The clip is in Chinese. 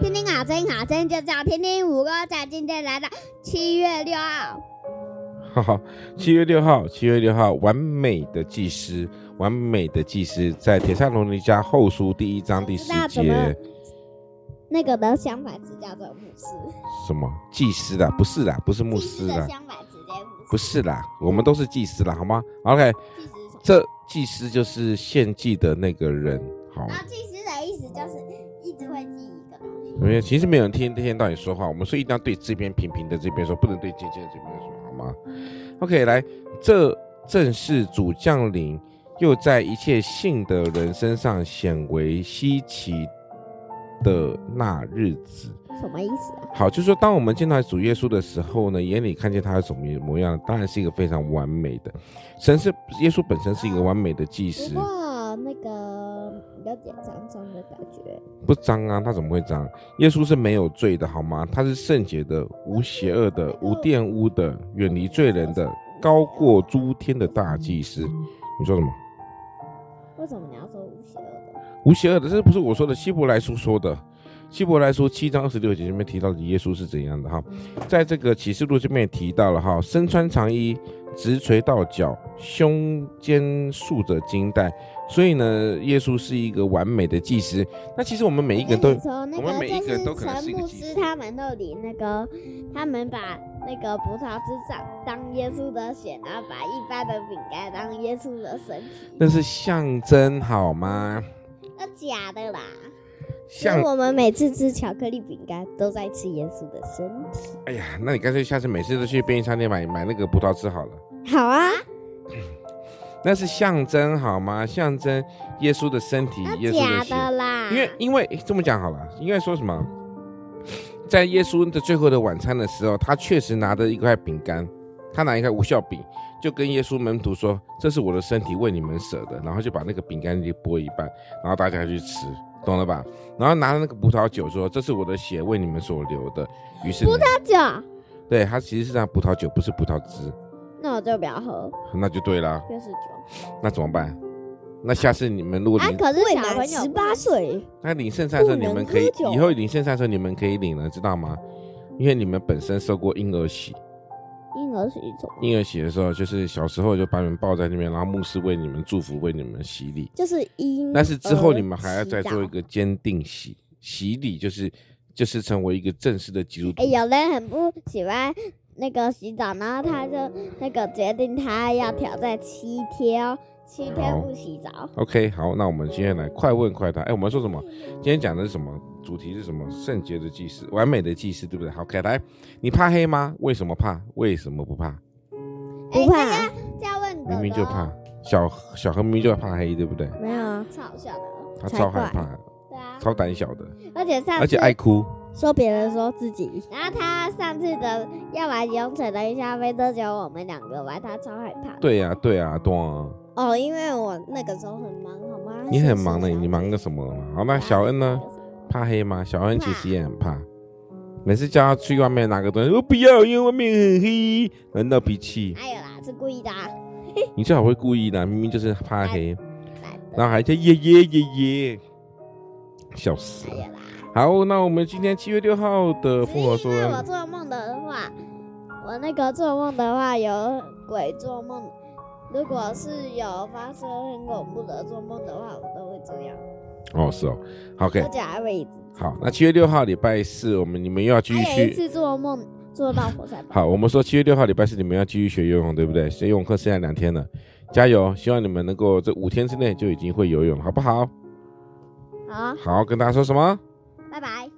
听听好声音，好声音就叫听听五哥在今天来到七月六号，哈哈， 七月六号，七月六号，完美的祭司，完美的祭司，在《铁扇罗尼迦后书》第一章第十那怎节，么那个的相反字叫做牧师，什么祭司啦？不是啦，不是牧祭司啊师的啦，相反直接牧师，不是啦，我们都是祭司啦，好吗？OK，祭司是什么？这祭司就是献祭的那个人，好。然后祭司的意思就是一直会记一个东西。因为其实没有人听一天到你说话，我们说一定要对这边平平的这边说，不能对尖尖的这边说，好吗？OK，来，这正是主降临，又在一切信的人身上显为稀奇的那日子。什么意思啊？好，就是说，当我们见到主耶稣的时候呢，眼里看见他是什么模样，当然是一个非常完美的。神是耶稣本身是一个完美的祭司不，过那个有点脏脏的感觉，不脏啊，他怎么会脏？耶稣是没有罪的，好吗？他是圣洁的、无邪恶的、无玷污的、远离罪人的、高过诸天的大祭司。你说什么？为什么你要说无邪恶的？无邪恶的，这不是我说的，希伯来书说的。希伯来书七章二十六节里面提到的耶稣是怎样的哈，在这个启示录这边也提到了哈，身穿长衣，直垂到脚，胸间束着金带，所以呢，耶稣是一个完美的祭司。那其实我们每一个人都跟你说那我们每一个个人都就是可能陈是一个牧祭司师他们那里那个，他们把那个葡萄枝当当耶稣的血，然后把一般的饼干当耶稣的身体，那是象征好吗？那假的啦。所以象，我们每次吃巧克力饼干都在吃耶稣的身体。哎呀，那你干脆下次每次都去便利商店买买那个葡萄汁好了。好啊，那是象征好吗？象征耶稣的身体那，耶稣的假血。的啦。因为因为诶这么讲好了，应该说什么？ 在耶稣的最后的晚餐的时候，他确实拿着一块饼干，他拿一块无效饼，就跟耶稣门徒说：“这是我的身体，为你们舍的。”然后就把那个饼干就剥一半，然后大家去吃，懂了吧？然后拿着那个葡萄酒说：“这是我的血，为你们所流的。”于是呢那假，对他其实是拿葡萄酒，不是葡萄汁，那我就不要喝，那就对啦。就是酒。那怎么办？那下次你们如果啊，领、可是未小满朋友十不能八岁，那领圣餐的时候，不你能们可以喝酒以后领圣餐的时候你们可以领了，知道吗？因为你们本身受过婴儿洗，婴儿是一种，婴儿洗的时候就是小时候就把你们抱在那边，然后牧师为你们祝福，为你们洗礼。就是婴。但是之后你们还要再做一。个坚定洗，洗礼就是就是成为一个正式的基督徒哎、。有人很不喜欢那个洗澡，然后他就那个决定他要挑战七天哦，七天好不洗澡。 OK，好，那我们今天来快问快答。哎，我们说什么？今天讲的是什么？主题是什么？圣洁的祭司，完美的祭司，对不对？好，OK，来，你怕黑吗？为什么怕？为什么不怕？哎不怕这个这要问哥哥，啊明明就怕，小小何明明就怕黑，对不对？没有啊，哦超笑的，哦他才超害怪怕，对啊，超胆小的，而且上次而且爱哭。说别人说自己然后他上次的要玩勇者的一下飞都只有我们两个玩，他超害怕。对呀、对呀、对啊，哦，因为我那个时候很忙，好吗？你很忙的，休息一你下忙个什么嘛？好，那然后啊小恩呢？？怕黑吗？小恩其实也很怕，每次叫他去外面拿个东西，我不要，因为外面很黑，很闹脾气。哎有啦，是故意的、啊。你最好会故意的，明明就是怕黑，懒得然后还叫耶耶耶耶，笑死哎了。有啦，好，那我们今天七月六号的只是复活因说为我做梦的话，我那个做梦的话有鬼做梦，如果是有发生很恐怖的做梦的话，我都会这样，哦，是哦好，OK，而且还会一直好，那七月六号礼拜四，我们你们又要继续还有一次学。做梦做到火山爆，好，我们说七月六号礼拜四你们要继续学游泳，对不对？学游泳课剩下两天了，加油！希望你们能够这五天之内就已经会游泳，好不好？好，好，跟大家说什么？拜拜。